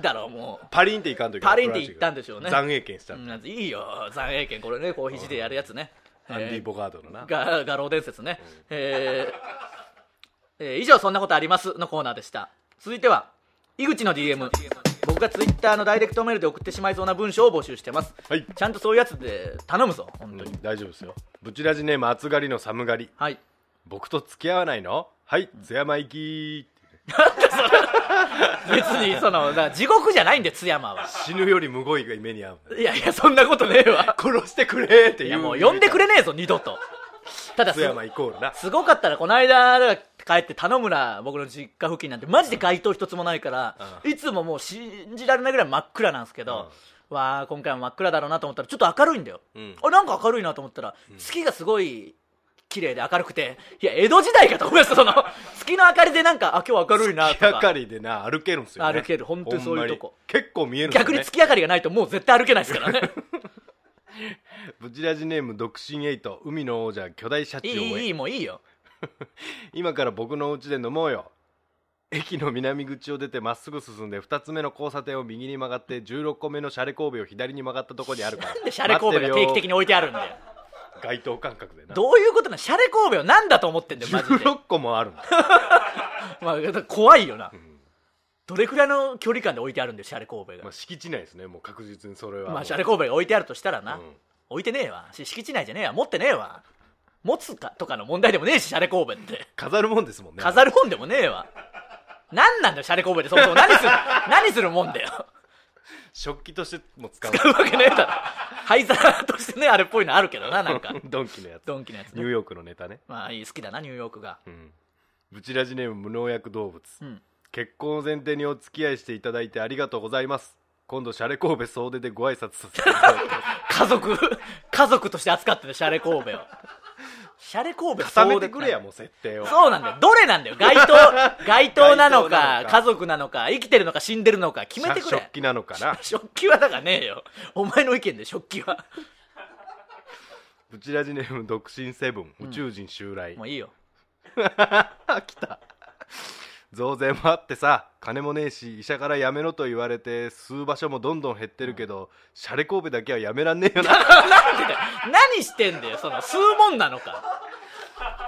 Speaker 2: だろもう
Speaker 3: パリンっていかんとき
Speaker 2: パリンって行ったんでしょうね
Speaker 3: 残影券しちゃっ
Speaker 2: うんいいよ残影権これねこう肘でやるやつね
Speaker 3: たアンディ・ボガードのな
Speaker 2: が画廊伝説ね、えーえー以上「そんなことあります」のコーナーでした続いては井口の DM 僕がツイッターのダイレクトメールで送ってしまいそうな文章を募集してます、
Speaker 3: はい
Speaker 2: ちゃんとそういうやつで頼むぞ本
Speaker 3: 本
Speaker 2: 当
Speaker 3: 当
Speaker 2: に、
Speaker 3: に大丈夫ですよブチラジネーム厚刈りの寒刈り
Speaker 2: はい
Speaker 3: 僕と付き合わないのはい津山行き
Speaker 2: 別にそのだから地獄じゃないんで津山は
Speaker 3: 死ぬよりむごいが目に合う
Speaker 2: いやいやそんなことねえわ
Speaker 3: 殺してくれって
Speaker 2: い
Speaker 3: 言
Speaker 2: や
Speaker 3: う
Speaker 2: もう呼んでくれねえぞ二度とただす
Speaker 3: 津山イコー ルな
Speaker 2: すごかったらこの間だから帰って頼むな僕の実家付近なんてマジで街灯一つもないから、いつももう信じられないぐらい真っ暗なんですけど、わあ今回も真っ暗だろうなと思ったらちょっと明るいんだよ、
Speaker 3: ん
Speaker 2: あなんか明るいなと思ったら、月がすごい綺麗で明るくていや江戸時代かと思いま したその月の明かりでなんかあ今日明るいなと
Speaker 3: 手がか
Speaker 2: か
Speaker 3: りでな歩けるんすよ、ね、
Speaker 2: 歩ける本当にそういうとこ
Speaker 3: ほんまに結構見えるんだね
Speaker 2: 逆に月明かりがないともう絶対歩けないですから ね
Speaker 3: ブチラジネーム独身エイト海の王者巨大シャ
Speaker 2: い
Speaker 3: チ
Speaker 2: い
Speaker 3: を
Speaker 2: いいいいもういいよ
Speaker 3: 今から僕のお家で飲もうよ駅の南口を出てまっすぐ進んで2つ目の交差点を右に曲がって16個目のシャレ神戸を左に曲がったとこにあるから
Speaker 2: でシャレ神戸が定期的
Speaker 3: に
Speaker 2: に置いてあるんだよ
Speaker 3: 街頭感覚でな
Speaker 2: どういうことなのシャレ神戸を何だと思ってんだよマジで
Speaker 3: 16個もあるんだ
Speaker 2: まあ、だから怖いよな、どれくらいの距離感で置いてあるんだよシャレ神戸が、
Speaker 3: まあ
Speaker 2: ま
Speaker 3: 敷地内ですねもう確実にそれ
Speaker 2: あ
Speaker 3: は
Speaker 2: シャレ神戸が置いてあるとしたらな、
Speaker 3: うん
Speaker 2: 置いてねえわし敷地内じゃねえわ持ってねえわ持つかとかの問題でもねえしシャレ神戸って
Speaker 3: 飾るもんですもんね
Speaker 2: 飾る本でもねえわ何なんだよシャレ神戸でそもそも何す る何するもんだよ
Speaker 3: 食器としても使う
Speaker 2: 買うわけねえだろ灰皿としてねあれっぽいのあるけどななんか
Speaker 3: ドンキのやつ
Speaker 2: ドンキのやつ
Speaker 3: ニュー
Speaker 2: ね
Speaker 3: ヨークのネタね
Speaker 2: まあいい好きだなニューヨークが、
Speaker 3: ブチラジネーム無農薬動物、
Speaker 2: ん
Speaker 3: 結婚を前提にお付き合いしていただいてありがとうございます今度シャレ神戸総出でご挨拶させていただいて
Speaker 2: 家族家族として扱ってるシャレ神戸をシャレ神戸
Speaker 3: 固めて
Speaker 2: そ
Speaker 3: くれ
Speaker 2: うで
Speaker 3: やもう設定を
Speaker 2: そうなんだよ。どれなんだよ。街 頭、街頭なの
Speaker 3: 街頭な
Speaker 2: か
Speaker 3: の、か
Speaker 2: 家族なのか、生きてるのか死んでるのか、決めてくれ
Speaker 3: 食。器なの かな
Speaker 2: 食器はだからねえよ。お前の意見で食器は。
Speaker 3: ブチラジネーム独身セブン宇宙人襲来、
Speaker 2: もういいよ。
Speaker 3: あ来た増税もあってさ金もねえし医者からやめろと言われて吸う場所もどんどん減ってるけど、シャレ神戸だけはやめらんねえよ な
Speaker 2: なんでだよ。何してんだよ。その、吸うもんなのか。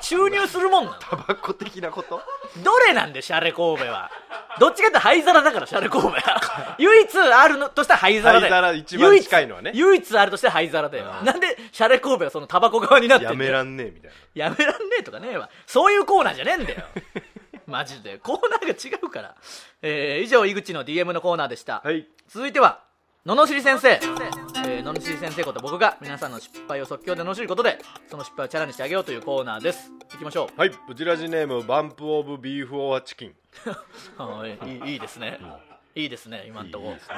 Speaker 2: 注入するもんなの
Speaker 3: タバコ的な こと
Speaker 2: どれなんだよ、シャレ神戸は。どっちかって灰皿だから、シャレ神戸は。 唯一あるのとしたら灰皿だよ。
Speaker 3: 灰皿一番近いのはね
Speaker 2: 唯一唯一あるとしたら灰皿だよ。なんで、シャレ神戸がそのタバコ側になってん
Speaker 3: や
Speaker 2: だよ
Speaker 3: めらんねえみたいな
Speaker 2: やめらんねえとかねえわそういうコーナーじゃねえんだよマジでコーナーが違うから、えー以上井口の DM のコーナーでした、
Speaker 3: はい
Speaker 2: 続いては罵り先生えー罵り先生こと僕が皆さんの失敗を即興で罵ることでその失敗をチャラにしてあげようというコーナーですいきましょ
Speaker 3: はいブチラジネームバンプオブビーフオアチキン
Speaker 2: うはいいいいいですねいいですね今んとこ
Speaker 3: いいですね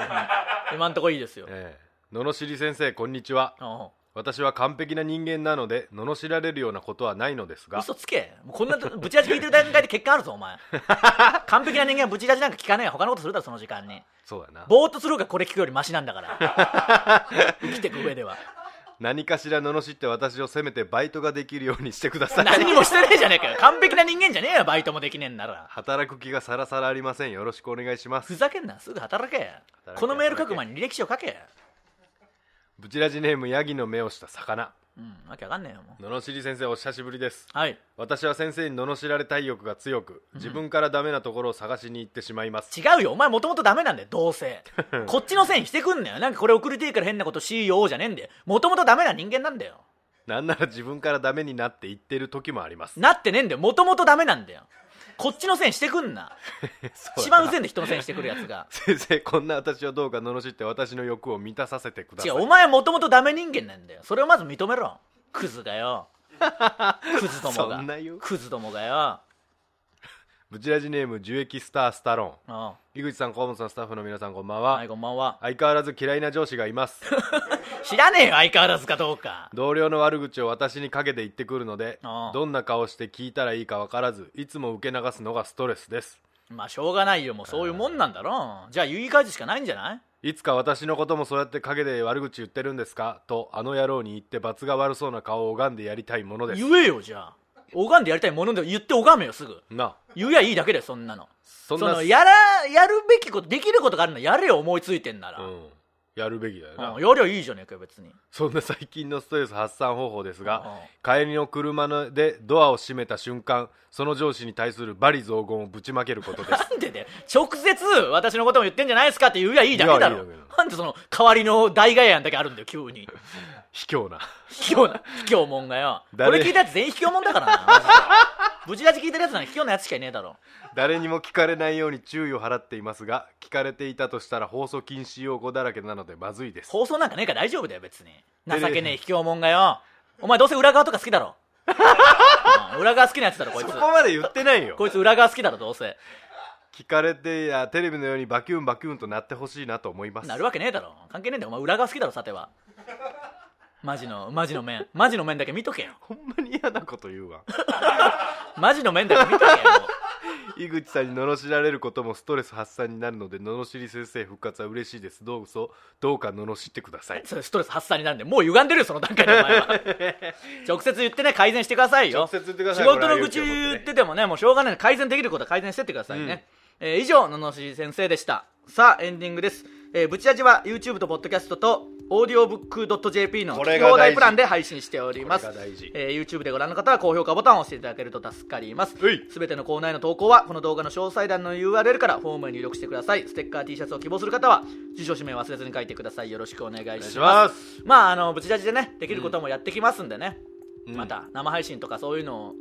Speaker 2: うん今んとこいいですよ
Speaker 3: ええ罵り先生こんにちは
Speaker 2: うん
Speaker 3: 私は完璧な人間なので罵られるようなことはないのですが
Speaker 2: 嘘つけもうこんなとぶち味聞いてる段階で欠陥あるぞお前完璧な人間はぶち味なんか聞かねえよ他のことするだろその時間に
Speaker 3: そうだな
Speaker 2: ぼーっとする方がこれ聞くよりマシなんだから 生きてく上では
Speaker 3: 何かしら罵って私を責めてバイトができるようにしてください
Speaker 2: 何にもしてねえじゃねえかよ完璧な人間じゃねえよバイトもできねえんなら
Speaker 3: 働く気がさらさらありませんよろしくお願いしま
Speaker 2: ふ
Speaker 3: す
Speaker 2: ざけんなすぐ働け
Speaker 3: け
Speaker 2: このメール書く前に履歴書書け
Speaker 3: ブチラジネームヤギの目をした魚
Speaker 2: うんわけわかんねえよもう
Speaker 3: 罵り先生お久しぶりです
Speaker 2: はい
Speaker 3: 私は先生に罵られたい欲が強く自分からダメなところを探しに行ってしまいます、
Speaker 2: 違うよお前もともとダメなんだよどうせこっちのせいにしてくんなよなんかこれ送りていいから変なこと CEO じゃねえんだよもともとダメな人間なんだよ
Speaker 3: なんなら自分からダメになって言ってる時もあります
Speaker 2: なってねえんだよもともとダメなんだよこっちのせいにしてくん な一番うぜえんだよ人のせいにしてくるやつが
Speaker 3: 先生こんな私をどうか罵って私の欲を満たさせてくださ
Speaker 2: 違
Speaker 3: いう
Speaker 2: お前もともとダメ人間なんだよそれをまず認めろクズがよ クズどもが
Speaker 3: そんな言う
Speaker 2: クズどもがよ
Speaker 3: ブチラジネーム樹液スタースタロ
Speaker 2: うん
Speaker 3: ン井口さん河本さんスタッフの皆さんこんばんは、
Speaker 2: はいこんばんは
Speaker 3: 相変わらず嫌いな上司がいます
Speaker 2: 知らねえよ相変わらずかどうか
Speaker 3: 同僚の悪口を私にかけて言ってくるので
Speaker 2: ああ
Speaker 3: どんな顔して聞いたらいいか分からずいつも受け流すのがストレスです
Speaker 2: まあしょうがないよもうそういうもんなんだろじゃあ言い返すしかないんじゃない
Speaker 3: いつか私のこともそうやって陰で悪口言ってるんですかとあの野郎に言って罰が悪そうな顔を拝んでやりたいものです
Speaker 2: 言えよじゃあ拝んでやりたいもので言って拝めよすぐ
Speaker 3: な
Speaker 2: 言やいいだけだよそんなの
Speaker 3: そん
Speaker 2: そ
Speaker 3: な
Speaker 2: のやらやるべきことできることがあるのやれよ思いついてんなら、
Speaker 3: うん、やるべきだよな、
Speaker 2: うんやりゃいいじゃねえかよ別に
Speaker 3: そんな最近のストレス発散方法ですが、
Speaker 2: あ
Speaker 3: 帰りの車のでドアを閉めた瞬間その上司に対する罵詈雑言をぶちまけることです
Speaker 2: なんでで直接私のことも言ってんじゃないですかって言うやいいだけだろ
Speaker 3: いやいいだけだ
Speaker 2: なんでその代わりの代替案だけあるんだよ急に
Speaker 3: 卑怯な
Speaker 2: 卑怯な卑怯もんがよこ
Speaker 3: 誰
Speaker 2: れ聞いたやつ全員卑怯もんだからな マジで無事ラジ聞いてるやつなんか卑怯なやつしかいねえだろ
Speaker 3: 誰にも聞かれないように注意を払っていますが聞かれていたとしたら放送禁止用語だらけなのでまずいです
Speaker 2: 放送なんかねえから大丈夫だよ別に情けねえ卑怯もんがよお前どうせ裏側とか好きだろ、うん裏側好きなやつだろこい
Speaker 3: そ
Speaker 2: つ
Speaker 3: こまで言ってないよ
Speaker 2: こいつ裏側好きだろどうせ
Speaker 3: 聞かれていやテレビのようにバキュンバキュンとなってほしいなと思います
Speaker 2: なるわけねえだろ関係ねえんだよお前裏側好きだろさてはマジのマジの面マジの面だけ見とけよ
Speaker 3: ほんまに嫌なこと言 うわ
Speaker 2: マジの面だけ見とけよもう
Speaker 3: 井口さんに罵られることもストレス発散になるので罵り先生復活は嬉しいですどうぞどうか罵ってください
Speaker 2: それストレス発散になるんでもう歪んでるよその段階でお前 は直接言ってね改善してくださいよ
Speaker 3: 直接言ってください
Speaker 2: 仕事の
Speaker 3: これは
Speaker 2: 愚痴
Speaker 3: 勇気を持ってね
Speaker 2: 言っててもねもうしょうがない改善できることは改善してってくださいね、えー以上ののしり先生でしたさあエンディングです、えー、ブチラジは YouTube と Podcast と audiobook.jp の
Speaker 3: こ
Speaker 2: 聞
Speaker 3: れ
Speaker 2: き
Speaker 3: が大事
Speaker 2: 放題プランで配信しております
Speaker 3: これが大事
Speaker 2: えー YouTube でご覧の方は高評価ボタンを押していただけると助かります
Speaker 3: うい
Speaker 2: すべてのコーナーへの投稿はこの動画の詳細欄の URL からフォームに入力してくださいステッカー T シャツを希望する方は住所氏名を忘れずに書いてくださいよろしくお願いしま
Speaker 3: お願い
Speaker 2: す
Speaker 3: します
Speaker 2: まああのブチラジでねできることもやってきますんでね、
Speaker 3: うん
Speaker 2: また生配信とかそういうのを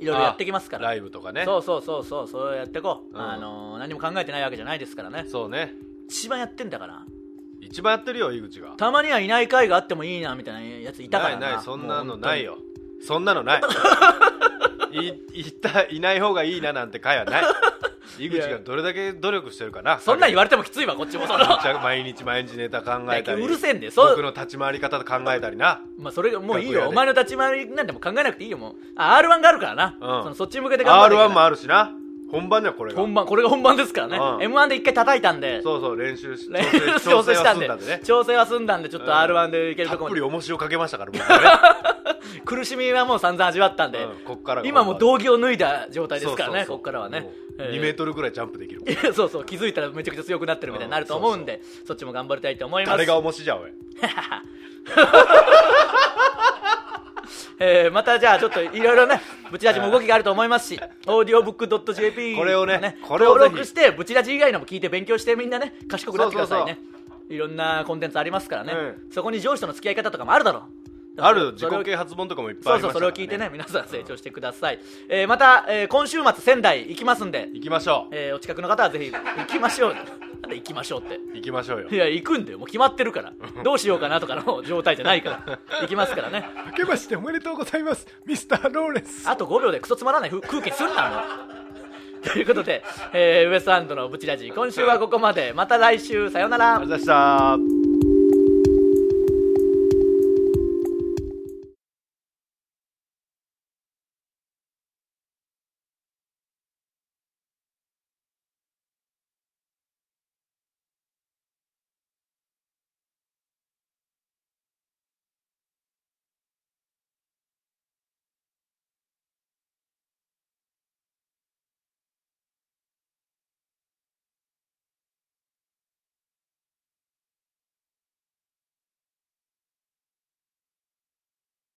Speaker 2: いろいろやってきますから
Speaker 3: ライブとかね
Speaker 2: そうそうそうそうそうやってこう、
Speaker 3: うん
Speaker 2: あの何も考えてないわけじゃないですからね
Speaker 3: そうね
Speaker 2: 一番やってんだから
Speaker 3: 一番やってるよ井口が
Speaker 2: たまにはいない回があってもいいなみたいなやついたからな
Speaker 3: ないないそんな
Speaker 2: も
Speaker 3: の
Speaker 2: う
Speaker 3: ないよそんなのない いいたいない方がいいななんて会はない井口がどれだけ努力してるかな
Speaker 2: そんなん言わ
Speaker 3: れ
Speaker 2: れてもきついわこっちも その
Speaker 3: 毎日毎日ネタ考えたり
Speaker 2: うるせえんだよそう
Speaker 3: 僕の立ち回り方考えたりな
Speaker 2: まあそれがもういい
Speaker 3: 楽
Speaker 2: よ
Speaker 3: 屋で
Speaker 2: お前の立ち回りなんてもう考えなくていいよもうあ R1 があるからな、そのそっちに向けて頑張ってい
Speaker 3: R1
Speaker 2: か
Speaker 3: も
Speaker 2: ない
Speaker 3: あるしな本番じゃこれが
Speaker 2: 本番これが本番ですからね、
Speaker 3: うん
Speaker 2: m 1で一回叩いたんで
Speaker 3: そうそう練習し
Speaker 2: ね
Speaker 3: 調
Speaker 2: 調
Speaker 3: 整調整
Speaker 2: 整し
Speaker 3: は
Speaker 2: た
Speaker 3: 済
Speaker 2: ん
Speaker 3: ん
Speaker 2: で
Speaker 3: だんでね
Speaker 2: 調整は済んだんでちょっと r 1でいける
Speaker 3: た
Speaker 2: とこ
Speaker 3: っ
Speaker 2: ろ
Speaker 3: ぷ
Speaker 2: に
Speaker 3: り重しをかけましたから 僕は
Speaker 2: 苦しみはもう散々味わったん
Speaker 3: ね
Speaker 2: で、、
Speaker 3: うんこっからが
Speaker 2: 今もう
Speaker 3: 本
Speaker 2: 道着を脱いだ状態
Speaker 3: 番
Speaker 2: ですからね
Speaker 3: そうそうそう
Speaker 2: こっからはね
Speaker 3: もう
Speaker 2: えー
Speaker 3: 2メートルぐらいジャンプできる もん
Speaker 2: そうそう気づいたらめちゃくちゃ強くなってるみたいになると思うんで、そっちも頑張りたいと思います
Speaker 3: 誰が重しじゃおい
Speaker 2: えーまたじゃあちょっといろい ろねブチラジも動きがあると思いますしオーディオブック .jp
Speaker 3: これをねこれをぜひ
Speaker 2: 登録してブチラジ以外のも聞いて勉強してみんなね賢くなってくださいね
Speaker 3: そ
Speaker 2: いろんなコンテンツありますからね、
Speaker 3: う
Speaker 2: そこに上司との付き合い方とかもあるだろう
Speaker 3: ある自
Speaker 2: それを
Speaker 3: 己啓発本とかもいっぱい
Speaker 2: そ
Speaker 3: あ
Speaker 2: う
Speaker 3: り
Speaker 2: そ
Speaker 3: ま
Speaker 2: うそ
Speaker 3: した
Speaker 2: れ
Speaker 3: から
Speaker 2: を
Speaker 3: ね
Speaker 2: 聞いてね皆さん成長してください、えーまた、えー今週末仙台行きますんで、
Speaker 3: 行きましょ
Speaker 2: えーお近くの方はぜひ行きましょうよなんで行きましょうって
Speaker 3: う行きましょうよ
Speaker 2: いや行くんだよもう決まってる からどうしようかなとかの状態じゃないから行きますからね
Speaker 3: 明けましておめでとうございますミスターローレンス
Speaker 2: あと5秒でクソつまらないふ空気にすんなもうということで、えーウエストランドのブチラジ今週はここまでまた来週さようなら
Speaker 3: ありがとうございました